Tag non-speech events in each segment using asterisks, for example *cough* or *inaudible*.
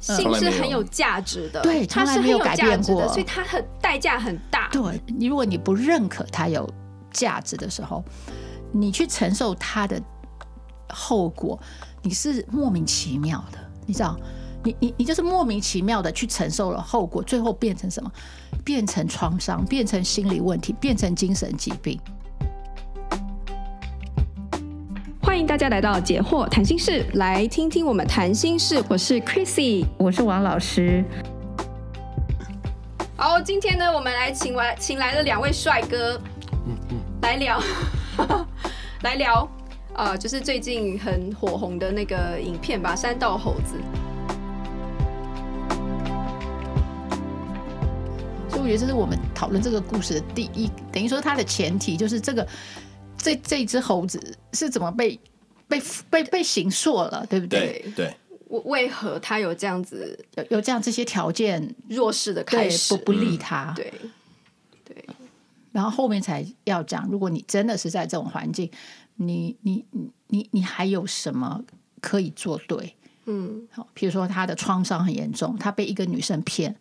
性是很有价值的，对它从来是很没有有改价变值的，过所以它很代价很大。对你，如果你不认可它有价值的时候，你去承受它的后果，你是莫名其妙的，你知道？你你你就是莫名其妙的去承受了后果，最后变成什么？变成创伤，变成心理问题，变成精神疾病。欢迎大家来到解惑谈心室，来听听我们谈心事。我是 Chrissy，我是王老师，好，今天呢，我们来请来请来了两位帅哥，嗯来聊 *laughs* 来聊，呃，就是最近很火红的那个影片吧，《山道猴子》。所以我觉得这是我们讨论这个故事的第一，等于说它的前提就是这个这这一只猴子是怎么被被被被刑塑了，对不对？对对，为为何他有这样子有有这样这些条件，弱势的开对始不？不利他，对对然后后面才要讲，如果你真的是在这种环境，你你你你你还有什么可以做对？嗯，好，比如说他的创伤很严重，他被一个女生骗，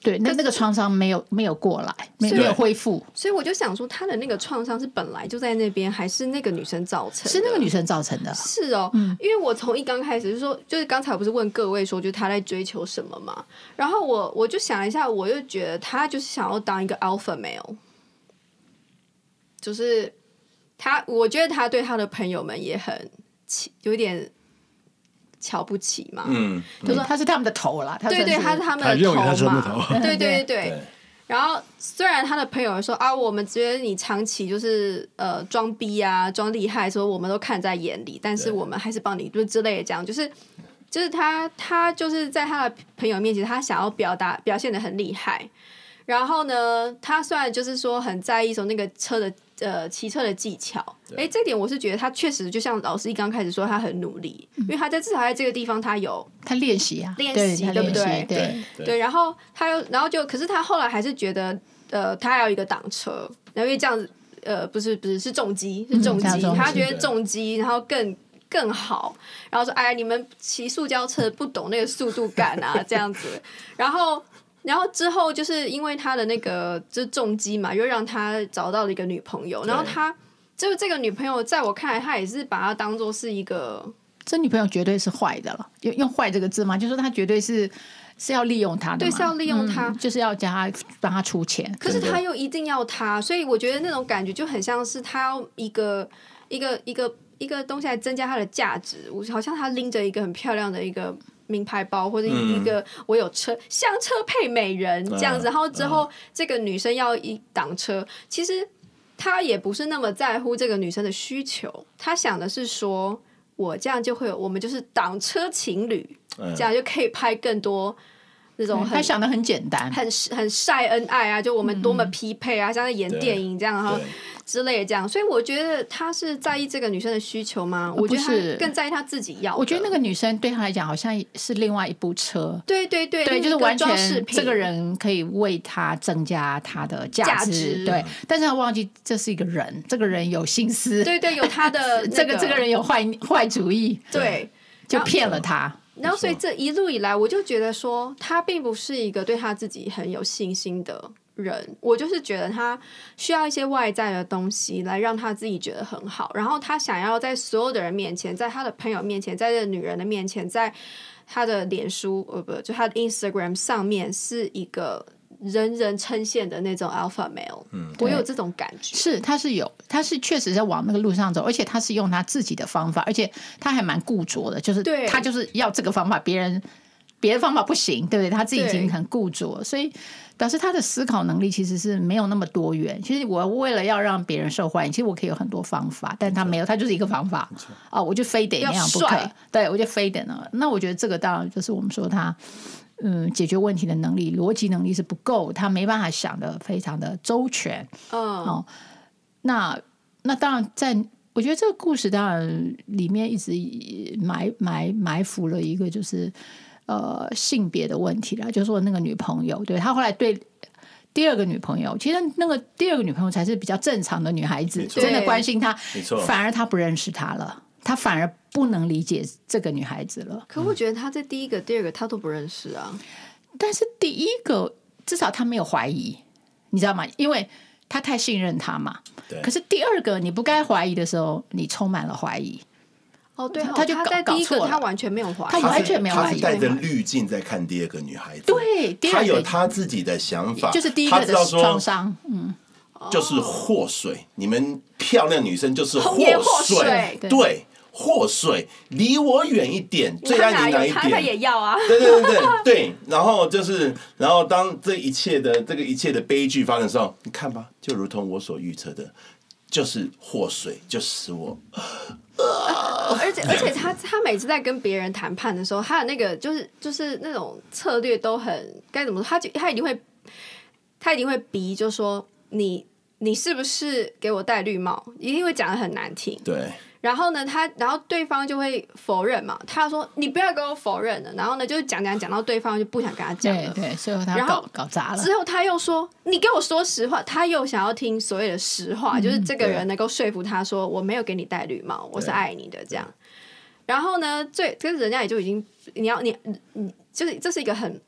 对，那那个创伤没有没有过来，没所以没有恢复，所以我就想说，他的那个创伤是本来就在那边，还是那个女生造成的？是那个女生造成的。是哦，嗯因为我从一刚开始就说，就是刚才我不是问各位说，就是他在追求什么嘛？然后我我就想了一下，我就觉得他就是想要当一个 alpha male，就是他，我觉得他对他的朋友们也很起，有点瞧不起嘛。嗯，就说他是他们的头啦，他对对，算是他是他们他的认为他是他嘛，们的头 *laughs* 对对对对然后虽然他的朋友说啊，我们觉得你长期就是呃装逼啊、装厉害，说我们都看在眼里，但是对我们还是帮你就之类的这样，就是就是他他就是在他的朋友面前，他想要表达表现的很厉害。然后呢，他虽然就是说很在意说那个车的呃骑车的技巧，哎，这点我是觉得他确实就像老师一刚开始说，他很努力，因为他在至少在这个地方他有他练习啊，练对习他对不练习对对，对对，然后他又，然后就，可是他后来还是觉得，呃，他要一个挡车，然后因为这样子，呃，不是不是是重击，是重击，他要嗯重击他觉得对重击，然后更更好，然后说，哎呀，你们骑塑胶车不懂那个速度感啊，这样子， *laughs* 然后。然后之后就是因为他的那个就是重击嘛，又让他找到了一个女朋友。然后他就是这个女朋友，在我看来，他也是把她当做是一个这女朋友绝对是坏的了，用用“坏”这个字嘛，就说她绝对是是要利用他的对嘛，是要利用他嗯就是要叫他帮他出钱。可是真的他又一定要他，所以我觉得那种感觉就很像是他要一个一个一个一个东西来增加他的价值。我好像他拎着一个很漂亮的一个名牌包，或者一嗯个我有车香车配美人这样子，嗯然后之后这个女生要一挡车，其实他也不是那么在乎这个女生的需求，他想的是说。我这样就会有，我们就是挡车情侣，嗯这样就可以拍更多那种嗯很他想的很简单，很很晒恩爱啊，就我们多嗯么匹配啊，像在演对电影这样，然后对之类的这样。所以我觉得他是在意这个女生的需求吗？我觉得呃不是他更在意他自己要的。啊我觉得那个女生对他来讲好像是另外一部车，对对对，对，那就是个完装饰全品这个人可以为他增加他的价价值嗯对。但是他忘记这是一个人，这个人有心思，对对有他的 *laughs* 这那个这个人有坏坏主意，对。就然后骗了他。然后，所以没这一路以来，我就觉得说，他并不是一个对他自己很有信心的人。我就是觉得他需要一些外在的东西来让他自己觉得很好。然后，他想要在所有的人面前，在他的朋友面前，在这个女人的面前，在他的脸书呃不，就他的 Instagram 上面是一个人人称羡的那种 alpha male。嗯，我有这种感觉。是，他是有，他是确实在往那个路上走，而且他是用他自己的方法，而且他还蛮固着的，就是对他就是要这个方法，别人别的方法不行，对不对？他自己已对经很固着，所以表示他的思考能力其实是没有那么多元。其实我为了要让别人受欢迎，其实我可以有很多方法，但他没有，他就是一个方法啊、我就非得那要样不帅可，对我就非得呢。那我觉得这个当然就是我们说他。嗯，解决问题的能力、逻辑能力是不够，他没办法想的非常的周全。嗯，哦，那那当然在，我觉得这个故事当然里面一直埋埋埋伏了一个就是呃性别的问题啦，就是我那个女朋友，对她后来对。第二个女朋友，其实那个第二个女朋友才是比较正常的女孩子，没错真的对关心她没错，反而她不认识她了，他反而不能理解这个女孩子了。可我觉得他在第一个、第二个他都不认识啊。但是第一个至少他没有怀疑，你知道吗？因为他太信任他嘛。对可是第二个你不该怀疑的时候，你充满了怀疑。哦，对哦，他就搞在第一搞个错了他完全没有怀他疑，他完是全没有他怀疑是带着滤镜在看第二个女孩子，啊对第二他个有他自己的想法，就是第一个他知的道创说伤，嗯，就是祸水，你们漂亮女生哦就是红颜祸水水，对对，祸水，离我远一点，最他爱哪你哪有一他他点？也要啊。对对对对 *laughs* 对，然后就是，然后当这一切的这个一切的悲剧发生的时候，你看吧，就如同我所预测的，就是祸水，就使我哦而且而且他他每次在跟别人谈判的时候，他的那个就是就是那种策略都很该怎么说，他就他一定会他一定会逼，就说你你是不是给我戴绿帽，一定会讲的很难听。对然后呢，他然后对方就会否认嘛，他说你不要给我否认了，然后呢就讲讲讲到对方就不想跟他讲对了。对，所以他然搞后搞砸了。之后他又说：“你给我说实话。”他又想要听所谓的实嗯话，就是这个人能够说服他说：“我没有给你戴绿帽，我是爱你的。”这样。然后呢，最跟人家也就已经，你要你你你就是这是一个很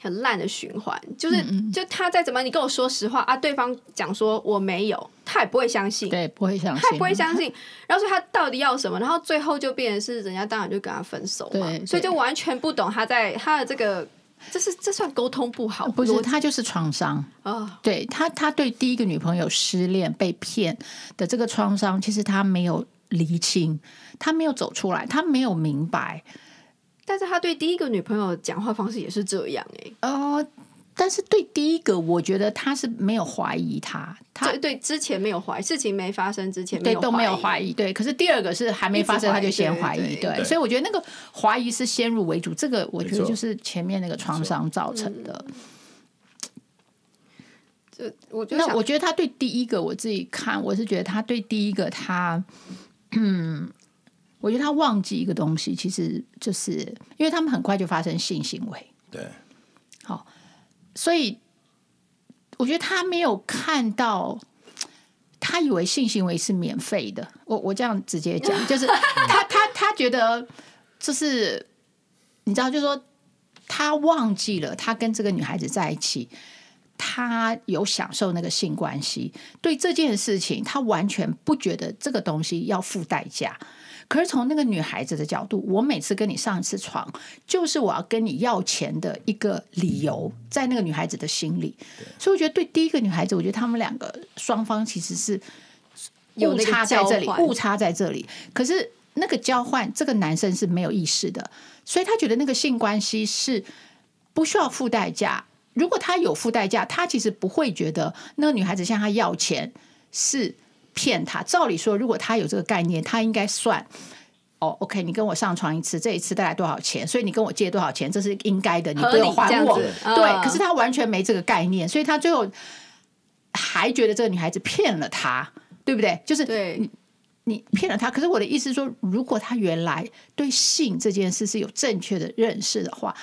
很烂的循环，就是嗯就他再怎么样你跟我说实话啊，对方讲说我没有，他也不会相信，对，不会相信，他也不会相信。然后所以他到底要什么？然后最后就变成是人家当然就跟他分手嘛对，所以对就完全不懂他在他的这个。这是这算沟通不好，呃不逻是辑他就是创伤。啊，对他，他对第一个女朋友失恋被骗的这个创伤，其实他没有厘清，他没有走出来，他没有明白。但是他对第一个女朋友讲话方式也是这样哎、呃，但是对第一个，我觉得他是没有怀疑他，他对对，之前没有怀疑，事情没发生之前对都没有怀疑，怀疑，对。可是第二个是还没一直发生，怀他疑就先对怀疑，对对。对所以我觉得那个怀疑是先入为主，这个我觉没得错就是前面那个创伤造成的。就我就那想我觉得他对第一个，我自己看，我是觉得他对第一个他，嗯，我觉得他忘记一个东西，其实就是因为他们很快就发生性行为，对所以我觉得他没有看到，他以为性行为是免费的。我我这样直接讲，就是他他他觉得就是你知道，就是说他忘记了他跟这个女孩子在一起。他有享受那个性关系，对这件事情，他完全不觉得这个东西要付代价。可是从那个女孩子的角度，我每次跟你上一次床，就是我要跟你要钱的一个理由，在那个女孩子的心里。所以我觉得对第一个女孩子，我觉得他们两个双方其实是有误那个差在这里交，换误差在这里。可是那个交换，这个男生是没有意识的，所以他觉得那个性关系是不需要付代价。如果他有付代价，他其实不会觉得那个女孩子向他要钱是骗他。照理说，如果他有这个概念，他应该算。哦、o k 你跟我上床一次，这一次大概多少钱？所以你跟我借多少钱，这是应该的，你合不理用还这样我。子对，嗯可是他完全没这个概念，所以他最后还觉得这个女孩子骗了他，对不对？就是对你骗了他。可是我的意思是说，如果他原来对性这件事是有正确的认识的话，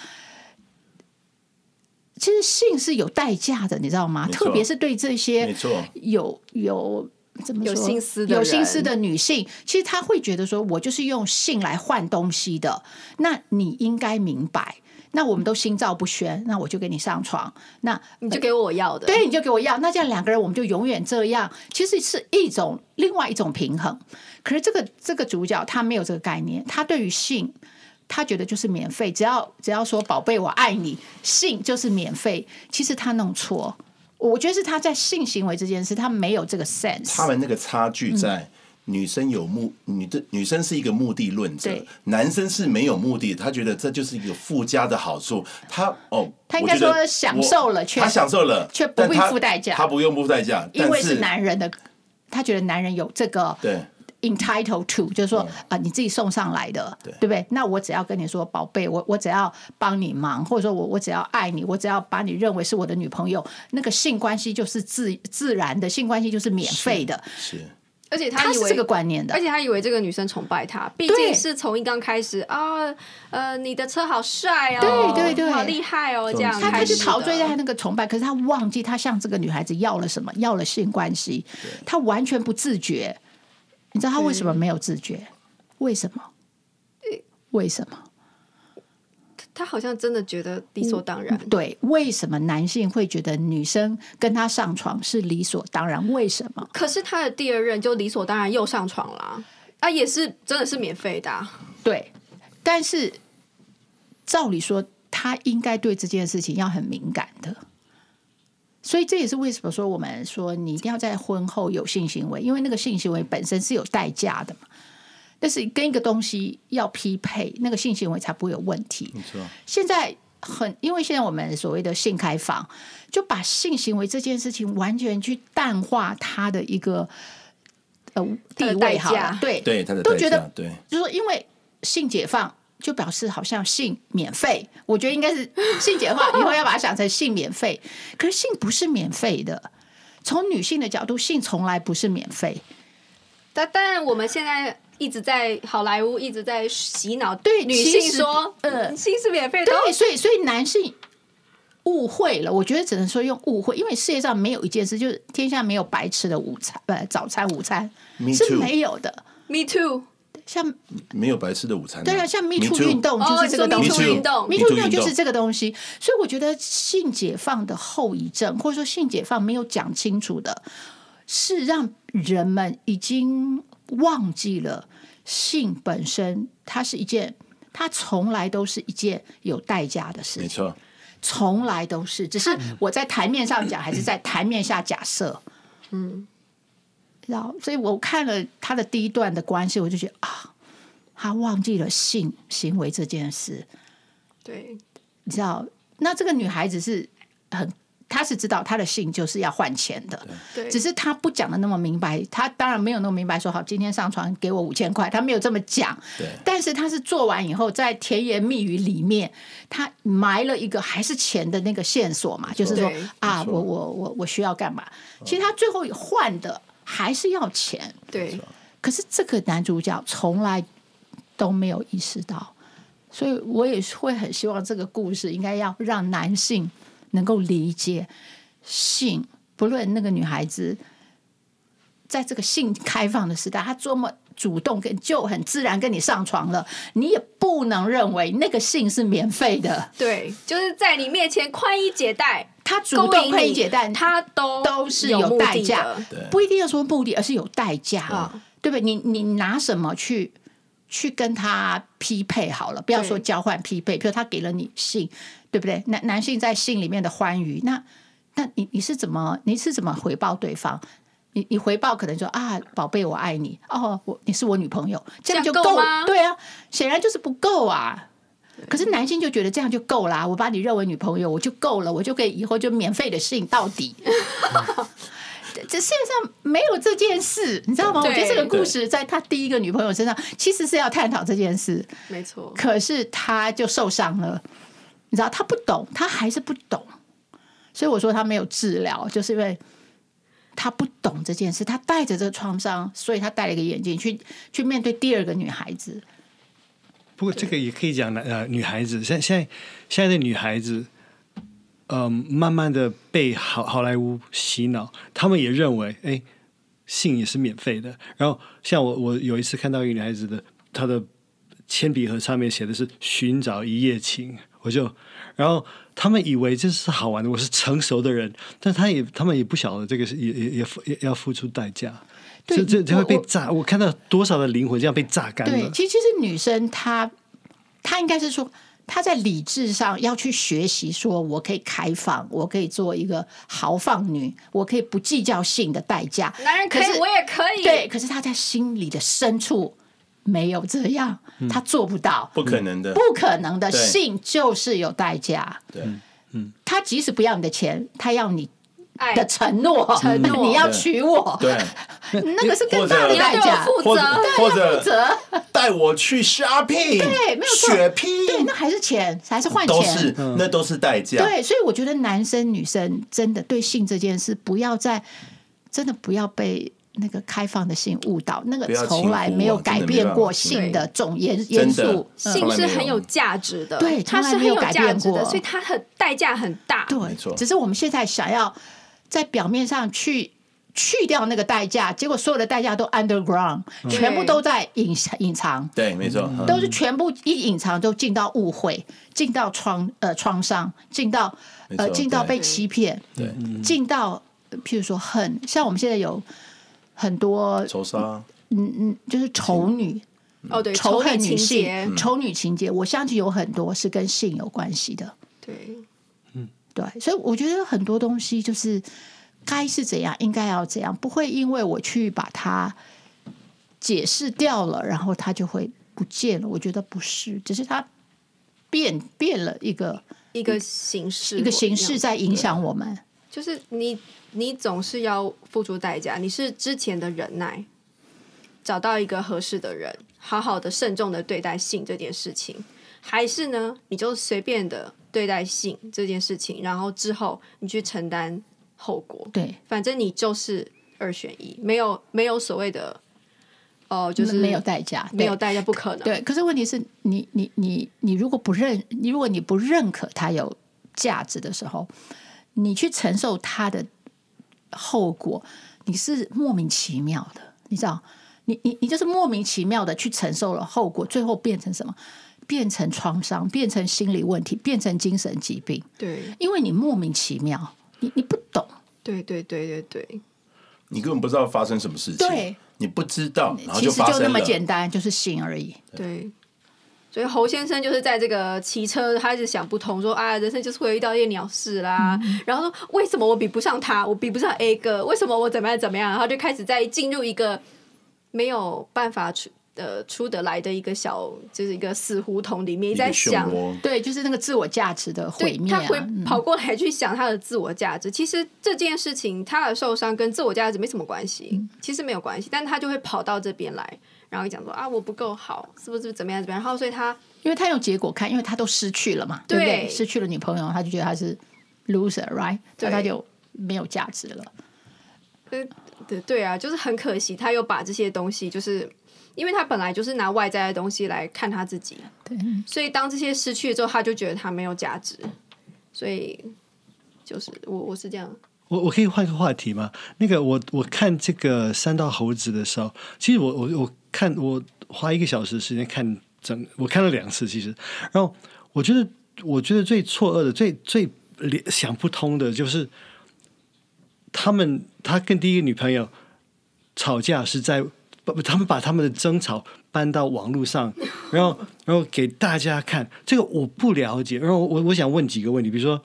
其实性是有代价的，你知道吗？没错特别是对这没些错有有。怎么说有心思的有人心思的女性，其实她会觉得说，我就是用性来换东西的。那你应该明白，那我们都心照不宣，那我就跟你上床。那你就给我我要的，对，你就给我要，那这样两个人我们就永远这样，其实是一种另外一种平衡。可是这个这个主角他没有这个概念，他对于性，他觉得就是免费，只要只要说宝贝我爱你，性就是免费。其实他弄错，我觉得是他在性行为这件事他没有这个 sense。他们那个差嗯距在。女生有目女的女生是一个目的论者对，男生是没有目的，他觉得这就是一个附加的好处。他哦，他应该我觉得说我享受了却他享受了，却不但必他付代价他不用付代价，因为但是男人的，他觉得男人有这个对 entitled to，就是说啊、你自己送上来的，对不对？那我只要跟你说，宝贝，我我只要帮你忙，或者说我我只要爱你，我只要把你认为是我的女朋友，那个性关系就是自自然的，性关系就是免费的，是。而且他他以是为这个观念的而。且他以为这个女生崇拜他，毕对竟是从一刚开始啊，呃，你的车好帅哦，对对对好厉害哦，这样他他开就始陶醉在的他那个崇拜，可是他忘记他向这个女孩子要了什么，要嗯了性关系，他完全不自觉。你知道他为什么没有自觉？为什么？呃为什么？他好像真的觉得理所当然。嗯对，为什么男性会觉得女生跟他上床是理所当然？为什么？可是他的第二任就理所当然又上床啦，啊，也是真的是免费的啊、对，但是照理说，他应该对这件事情要很敏感的。所以这也是为什么说我们说你一定要在婚后有性行为，因为那个性行为本身是有代价的嘛。但是跟一个东西要匹配，那个性行为才不会有问题。没错，现在很，因为现在我们所谓的性开放，就把性行为这件事情完全去淡化它的一个呃它地的代位好价了，对对他的都代觉价得，对就说因为性解放。就表示好像性免费，我觉得应该是性解放，以后要把它想成性免费。可是性不是免费的，从女性的角度，性从来不是免费。但但我们现在一直在好莱坞一直在洗脑对女其性实说，呃嗯，性是免费的哦，对，所以所以男性误会了，我觉得只能说用误会，因为世界上没有一件事，就是天下没有白吃的午餐，呃，早餐、午餐 Me 是 too 没有的。 Me too，像没有白吃的午餐、对啊，像 Me Me Too Too 运动哦就是这个东你西。说 Me Too 运动 Me Me Too Too 运动就运是动这个东西，所以我觉得性解放的后遗症，或者说性解放没有讲清楚的，是让人们已经忘记了性本身，它是一件，它从来都是一件有代价的事没情。错，从来都是，只是我在台面上讲，还是在台面下假设。嗯，然后，所以我看了他的第一段的关系，我就觉得啊，他忘记了性行为这件事。对，你知道，那这个女孩子是很，她是知道她的性就是要换钱的，对只是她不讲的那么明白。她当然没有那么明白说，好，今天上床给我五千块，她没有这么讲。对但是她是做完以后，在甜言蜜语里面，她埋了一个还是钱的那个线索嘛，就是说对没啊，错我我我我需要干嘛？其实她最后换的还是要钱。对，可是这个男主角从来都没有意识到，所以我也是会很希望这个故事应该要让男性能够理解性，不论那个女孩子在这个性开放的时代，她多么主动跟就很自然跟你上床了，你也不能认为那个性是免费的，对，就是在你面前宽衣解带，她主勾动引配你解带，他都都是有有目代的价的，对不一定要说目的，而是有代价，啊嗯对不对？你你拿什么去去跟他匹配好了？不要说对交换匹配，比如他给了你性，对不对？男男性在性里面的欢愉，那那你你是怎么你是怎么回报对方？你你回报可能说啊，宝贝，我爱你哦，我你是我女朋友，这样这就样够吗对啊，显然就是不够啊。可是男性就觉得这样就够啦，我把你认为女朋友，我就够了，我就可以以后就免费的性到底。 *laughs* 这世界上没有这件事，你知道吗？我对觉得这个故事在他第一个女朋友身上，其实是要探讨这件事，没错，可是他就受伤了，你知道，他不懂，他还是不懂，所以我说他没有治疗，就是因为他不懂这件事，他带着这个创伤，所以他戴了一个眼镜去去面对第二个女孩子。不过这个也可以讲男呃女孩子，现现在现在的女孩子，嗯、慢慢的被好好莱坞洗脑，他们也认为哎，性也是免费的。然后像我我有一次看到一个女孩子的她的铅笔盒上面写的是寻找一夜情，我就然后他们以为这是好玩的，我是成熟的人，但他也他们也不晓得这个是也也也付也要付出代价。对这这这会我被我榨，我看到多少的灵魂这样被榨干了。对，其实其实女生她她应该是说。她在理智上要去学习，说我可以开放，我可以做一个豪放女，我可以不计较性的代价。男人可可以，是我也可以，对，可是她在心里的深处没有这样，她做不到，嗯不可能的，不可能的。对性就是有代价，对，她即使不要你的钱，她要你爱的承诺，哎承诺你要娶我，对，那个是更大或者的你要代对价。我负或者责，或 *laughs* 负者责带我去 shopping，对没有错血拼，对，那还是钱，还是换钱，都是那都是代价，对，所以我觉得男生女生真的对性这件事，不要再真的不要被那个开放的性误导，那个不要从轻来忽没有啊改真的没变办法过轻性忽的重严严真的肃。嗯性是很有价值的，对它从是来很没有有改价变值的，过所以它很代价很大，对，没错只是我们现在想要在表面上去去掉那个代价，结果所有的代价都 underground，全部都在隐隐藏。对，没错，嗯都是全部一隐藏就进到误会，进到创呃创伤，进到没错呃进到对被欺骗，对，进到呃譬如说恨，像我们现在有很多仇杀，嗯嗯，就是丑女、哦，对，仇恨恨情女节，性、嗯丑女情节，我相信有很多是跟性有关系的。对，对，所以我觉得很多东西就是该是怎样，应该要怎样，不会因为我去把它解释掉了，然后它就会不见了。我觉得不是，只是它变变了一个一个形式，一个形式，在影响我们。就是你你总是要付出代价，你是之前的忍耐，找到一个合适的人，好好的慎重的对待性这件事情，还是呢，你就随便的对待性这件事情，然后之后你去承担后果，对，反正你就是二选一，没有没有所谓的，哦、就是没有代价，没有对代价，不可能，对。可是问题是你你你你如果不认，你如果你不认可它有价值的时候，你去承受它的后果，你是莫名其妙的，你知道？你你你就是莫名其妙的去承受了后果，最后变成什么？变成创伤，变成心理问题，变成精神疾病，对因为你莫名其妙，你你不懂，对对对对对，你根本不知道发生什么事情，对，你不知道，然后其实发就那生么了，简单，就是性而已。对，所以侯先生就是在这个骑车，他一直想不通，说啊，人生就是会遇到一些鸟事啦，然后说为什么我比不上他，我比不上 A 哥，为什么我怎么样怎么样，然后就开始在进入一个没有办法出呃出得来的一个小，就是一个死胡同里面，一一直个在漩想。涡，对，就是那个自我价值的对毁灭、啊他回嗯跑过来去想他的自我价值。其实这件事情，他的受伤跟自我价值没什么关系，其实没有关系，但他就会跑到这边来，然后讲说啊，我不够好，是不是怎么样怎么样？然后所以他因为他用结果看，因为他都失去了嘛，对不对对？失去了女朋友，他就觉得他是 loser，right？对那他就没有价值了。对对啊，就是很可惜，他又把这些东西，就是因为他本来就是拿外在的东西来看他自己，对，所以当这些失去了之后，他就觉得他没有价值，所以就是我我是这样，我我可以换个话题吗？那个我我看这个三道猴子的时候，其实我我我看我花一个小时的时间看整，我看了两次其实，然后我觉得我觉得最错愕的、最最连想不通的就是，他们他跟第一个女朋友吵架是在，不他们把他们的争吵搬到网络上，然后然后给大家看，这个我不了解，然后我我想问几个问题，比如说。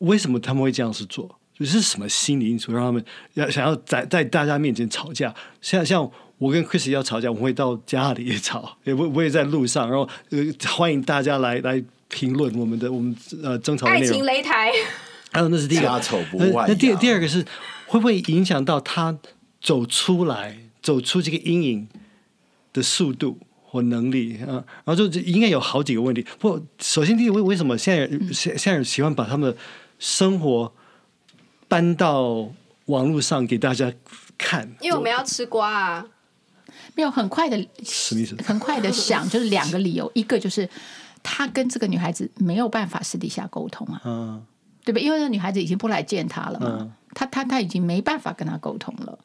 为什么他们会这样子做？就是什么心理因素让他们要想要在在大家面前吵架？像像我跟 Chris 要吵架，我们会到家里也吵，也不我也在路上，然后呃欢迎大家来来评论我们的我们呃争吵的爱内情容。擂台， *laughs* 还有那是第一个家丑不那外那第扬第二个是会不会影响到他走出来、走出这个阴影的速度或能力啊？然后就就应该有好几个问题。不，首先第一个为为什么现在人现现在人喜欢把他们的生活搬到网络上给大家看？因为我们要吃瓜啊，没有很快的，什么意思？很快的 *laughs* 想，就是两个理由，一个就是他跟这个女孩子没有办法私底下沟通啊，嗯对吧？因为那女孩子已经不来见他了嘛，嗯他他他已经没办法跟他沟通了。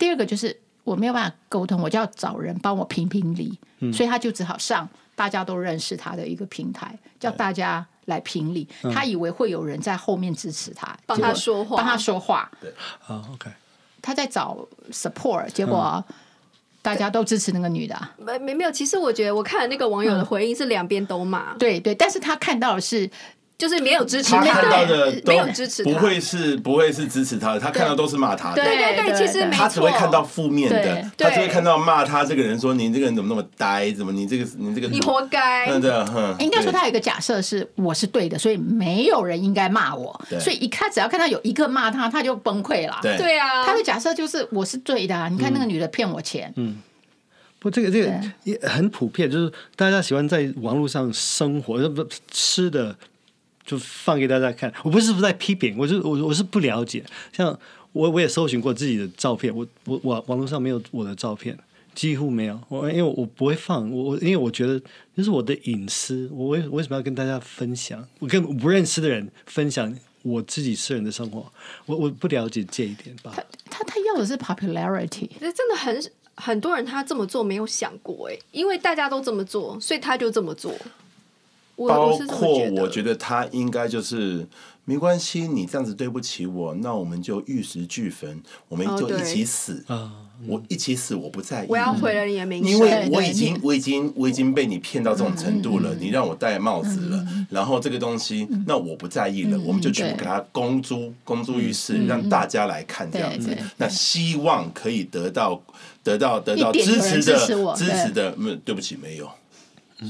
第二个就是我没有办法沟通，我就要找人帮我评评理，嗯所以他就只好上大家都认识他的一个平台，叫大家来评理。嗯他以为会有人在后面支持他，帮结果他说话帮他说话。啊，OK，他在找 support，结果嗯大家都支持那个女的啊。没没没有，其实我觉得我看了那个网友的回应是两边都骂，对对，但是他看到的是就是没有支持他看到的对没有都支持不他，会是不会是支持他的，他看到都是骂他的。对对对对，对其实对没错，他只会看到负面的，对他只会看到骂他这个人说你这个人怎么那么呆，怎么你这个你这个你活该，真的，哼，应该说对他有一个假设是我是对的，所以没有人应该骂我对，所以一看只要看到有一个骂他，他就崩溃了。对嗯对啊，他的假设就是我是对的、啊，你看那个女的骗我钱，不，这个这个也很普遍，就是大家喜欢在网络上生活，就不吃的就放给大家看。我不是不在批评，我是我我是不了解。像我我也搜寻过自己的照片，我我网网络上没有我的照片，几乎没有。我因为我不会放，我我因为我觉得这是我的隐私，我为我为什么要跟大家分享？我跟不认识的人分享。我自己私人的生活，我我不了解这一点吧。他他要的是 popularity，可是真的很很多人他这么做没有想过哎、因为大家都这么做，所以他就这么做。我包我是这么括觉得，我觉得他应该就是没关系，你这样子对不起我，那我们就玉石俱焚，我们哦就对一起死。啊、我一起死，我不在意。嗯我要毁了你的名因声。为我已对对经，我已经，我已经被你骗到这种程度了。你让我戴帽子了，然后这个东西，那我不在意了，我们就全部给它公诸公诸于世，让大家来看这样子对对。那希望可以得到得到得到一点有支人持的支持我支持的，没有对不起，没有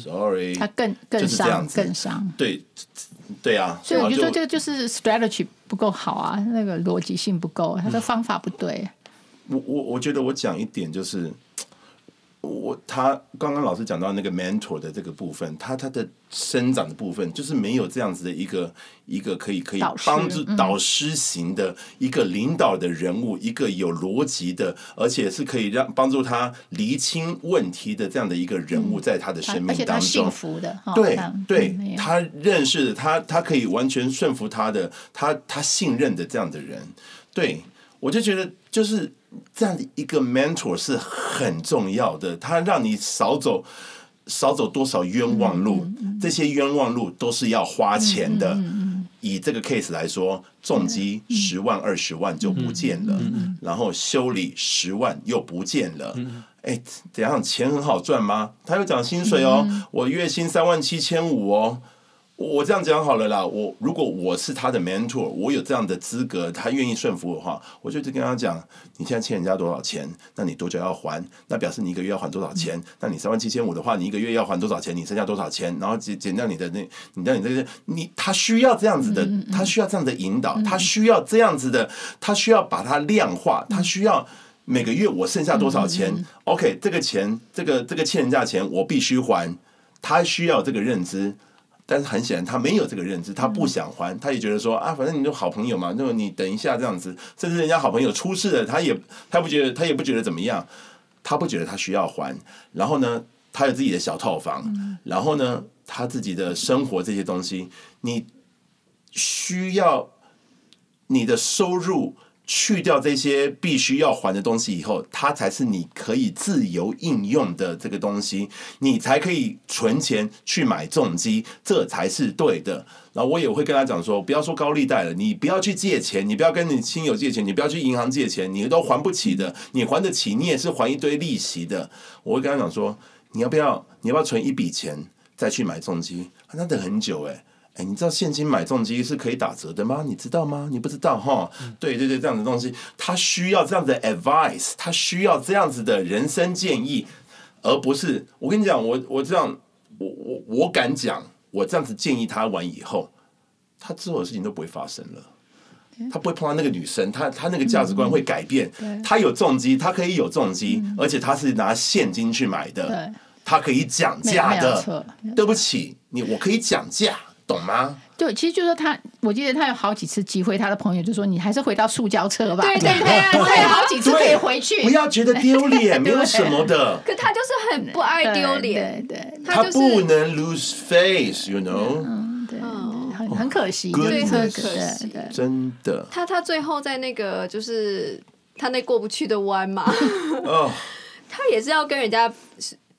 ，sorry，他更就更是这样伤子更伤。对对啊，所以我然后就说这个就是 strategy 不够好啊，那个逻辑性不够，嗯他的方法不对。我我我觉得我讲一点就是，我他刚刚老师讲到那个 mentor 的这个部分，他他的生长的部分就是没有这样子的一个一个可以可以导师嗯帮助导师型的一个领导的人物，一个有逻辑的，而且是可以让帮助他厘清问题的这样的一个人物，在他的嗯他生而命且他当幸中。福的，哦对那没对，有他认识的他，他可以完全顺服他的，他他信任的这样的人，对我就觉得就是这样的一个 mentor 是很重要的，他让你少走少走多少冤枉路，这些冤枉路都是要花钱的。以这个 case 来说，重击十万二十万就不见了，然后修理十万又不见了。哎，怎样钱很好赚吗？他又讲薪水哦，我月薪三万七千五哦。我这样讲好了啦，我如果我是他的 mentor，我有这样的资格，他愿意顺服我的话，我就一直跟他讲，你现在欠人家多少钱，那你多久要还？那表示你一个月要还多少钱？那你三万七千五的话，你一个月要还多少钱？你剩下多少钱？然后减减掉你的那，你掉你这个，你他需要这样子的，他需要这样的引导，他需要这样子的，他需要把它量化，他需要。每个月我剩下多少钱、o k 这个钱，这个这个欠人家的钱我必须还，他需要这个认知，但是很显然他没有这个认知，他不想还，他也觉得说啊，反正你就好朋友嘛，那么你等一下这样子，甚至人家好朋友出事了，他也他不觉得他也不觉得怎么样，他不觉得他需要还，然后呢，他有自己的小套房，然后呢，他自己的生活这些东西，你需要你的收入。去掉这些必须要还的东西以后，它才是你可以自由应用的这个东西，你才可以存钱去买重机，这才是对的。然后我也会跟他讲说，不要说高利贷了，你不要去借钱，你不要跟你亲友借钱，你不要去银行借钱，你都还不起的。你还得起，你也是还一堆利息的。我会跟他讲说，你要不要，你要不要存一笔钱再去买重机？啊那等很久哎、哎，你知道现金买重机是可以打折的吗？你知道吗？你不知道哈？对对对，这样的东西，他需要这样的 advice，他需要这样子的人生建议，而不是我跟你讲，我我这样，我我我敢讲，我这样子建议他完以后，他之后的事情都不会发生了。他不会碰到那个女生，他他那个价值观会改变。嗯对嗯他有重击，他可以有重击，而且他是拿现金去买的对，他可以讲没价没有的错。对不起，你我可以讲价，懂吗？对，其实就说他，我记得他有好几次机会，他的朋友就说：“你还是回到塑胶车吧。”对对对对对我有好几次可以对回去。不要觉得丢 *laughs* 脸，没有什么的。可他就是很不爱丢脸，对，对他就不是能 lose face，you know，对对，嗯很很可惜， goodness 对很可惜对对真的他他最后在那个就是他那过不去的弯嘛， *laughs* 哦， *laughs* 他也是要跟人家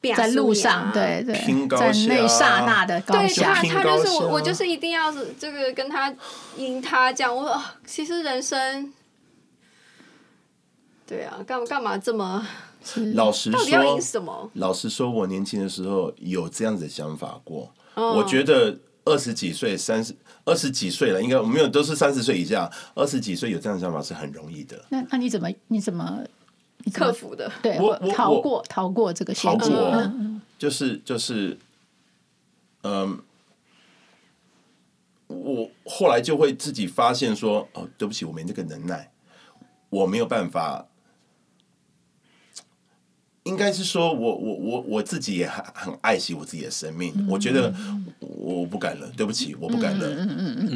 变在路上，对对，拼高在下那一刹那的高对下他，，拼他高啊就是我，下我就是一定要是这个跟他赢他这样。我、啊其实人生，对啊，干干嘛这么？是老实到底要说赢，什么？老实说，我年轻的时候有这样子的想法过。哦嗯我觉得二十几岁、三十二十几岁了，应该我没有都是三十岁以下，二十几岁有这样的想法是很容易的。那那你怎么你怎么你怎么克服的，对我我逃我过逃过这个逃陷过阱？哦、嗯就是就是，嗯，我后来就会自己发现说，哦，对不起，我没那个能耐，我没有办法。应该是说我我我我自己也很很爱惜我自己的生命，我觉得我我不敢了，对不起，我不敢了，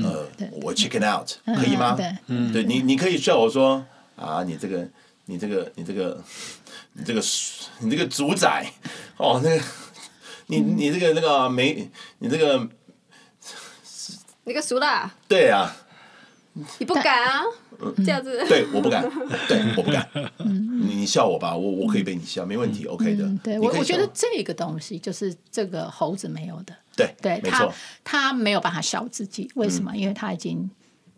呃，我 check it out 可以吗？对对你你可以叫我说啊，你这个你这个你这个你这个你这个主宰哦，那个你你这个那啊个没你这个那个熟啦，对啊，你不敢啊？嗯这样子， *laughs* 对，我不敢，对，我不敢。你你笑我吧，我我可以被你笑，没问题，OK 的嗯，。对你我可以我觉笑得这个东西就是这个猴子没有的，对对没他错，嗯他没有办法笑自己，为什么？因为他已经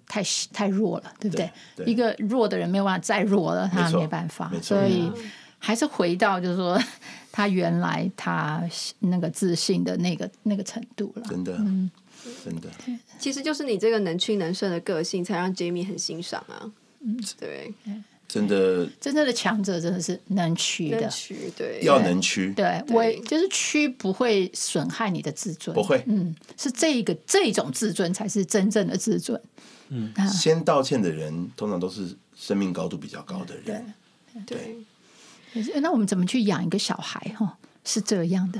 太太弱了，对不对？对对一个弱的人没有办法再弱了，他没错没办法没，错所以还是回到就是说 *laughs* 他原来他那个自信的那个那个程度了。真的，嗯真的， *laughs* 其实就是你这个能屈能伸的个性，才让 Jamie 很欣赏啊。嗯对，真的真正的强者真的是能屈的能，屈，对，要能屈，对对我就是屈不会损害你的自尊，不会嗯，是这个这种自尊才是真正的自尊。啊先道歉的人通常都是生命高度比较高的人。对，可是哎那我们怎么去养一个小孩？哈，是这样的，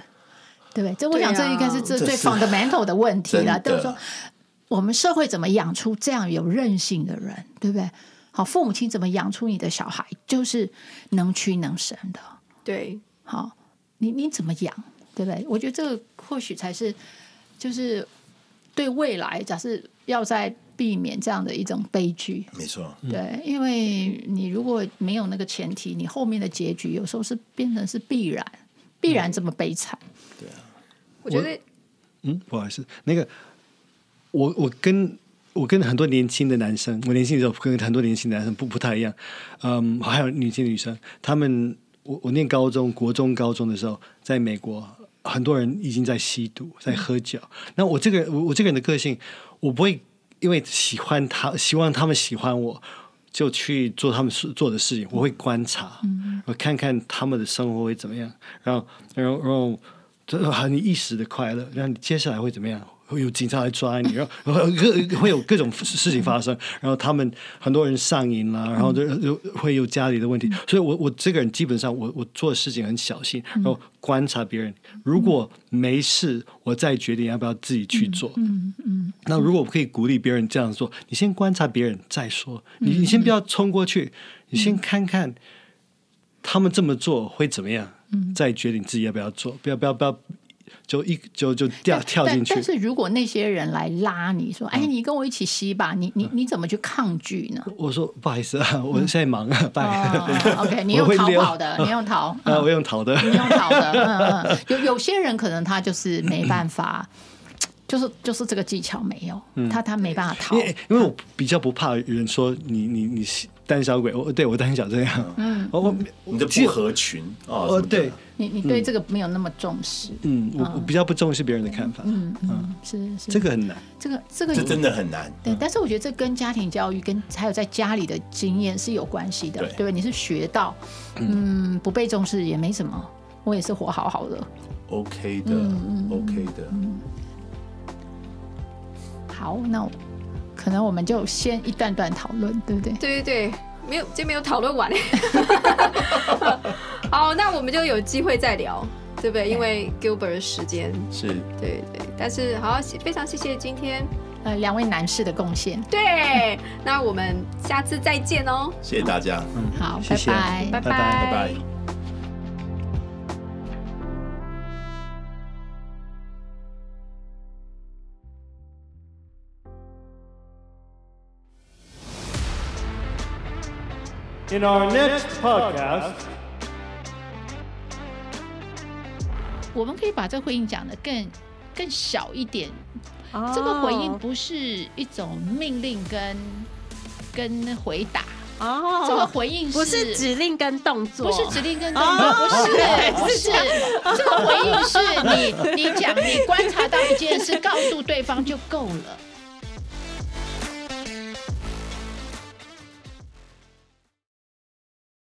对不对？这我对啊想这应该是这这最是 fundamental 的问题了，真的就是说我们社会怎么养出这样有韧性的人，对不对？好，父母亲怎么养出你的小孩，就是能屈能伸的。对，好，你你怎么养，对不对？我觉得这个或许才是，就是对未来，假设要在避免这样的一种悲剧，没错，嗯对，因为你如果没有那个前提，你后面的结局有时候是变成是必然，必然这么悲惨。我觉得嗯，不好意思，那个我我跟我跟很多年轻的男生，我年轻的时候跟很多年轻的男生不不太一样，嗯，还有年轻的女生，他们我我念高中、国中、高中的时候，在美国，很多人已经在吸毒，在喝酒。那我这个我我这个人的个性，我不会因为喜欢他，希望他们喜欢我。就去做他们所做的事情，我会观察，我看看他们的生活会怎么样，然后，然后，然后这很一时的快乐，然后你接下来会怎么样？会有警察来抓你，然后 *laughs* 各会有各种事情发生，然后他们很多人上瘾啦，然后就就会有家里的问题，所以我我这个人基本上我我做事情很小心，然后观察别人，如果没事，我再决定要不要自己去做。嗯那如果我可以鼓励别人这样做，你先观察别人再说，你嗯你先不要冲过去，你先看看他们这么做会怎么样，嗯再决定自己要不要做，不要不要不要就一就就掉跳进但去嗯但。是如果那些人来拉你说：“哎，你跟我一起吸吧！”你你你怎么去抗拒 *laughs* 呢？我说不好意思啊，我现在忙啊， *laughs* 拜。嗯哦 OK，你我用会逃溜跑的，你用 *laughs* 逃。啊，我用逃的。不用跑的。嗯嗯，有有些人可能他就是没办法， *clears throat* 就是就是这个技巧没有，他他没办法逃嗯因。为因为我比较不怕人说你你你是胆小鬼，我对我胆小这样，嗯，我你我的只不有合群啊，哦什么的对，你你对这个没有那么重视，嗯，我我比较不重视别人的看法，嗯，是是这个很难。这个这个这真的很难。对，但是我觉得这跟家庭教育跟还有在家里的经验是有关系的，对对吧？你是学到，嗯，不被重视也没什么，我也是活好好的。 OK 的，OK 嗯的，好，那我可能我们就先一段段讨论，对不对？对对对，没有，今天没有讨论完。好，那我们就有机会再聊，对不对？因为 Gilbert 的时间，是对对。但是好，非常谢谢今天，呃，两位男士的贡献，对，那我们下次再见哦，谢谢大家，好，谢谢嗯拜拜拜拜拜拜。 In our next podcast, 我们可以把这回应讲得更更小一点。这个回应不是一种命令跟跟回答，哦，这个回应不是指令跟动作，不是指令跟动作，不是不是，这个回应是你你讲你观察到一件事，告诉对方就够了。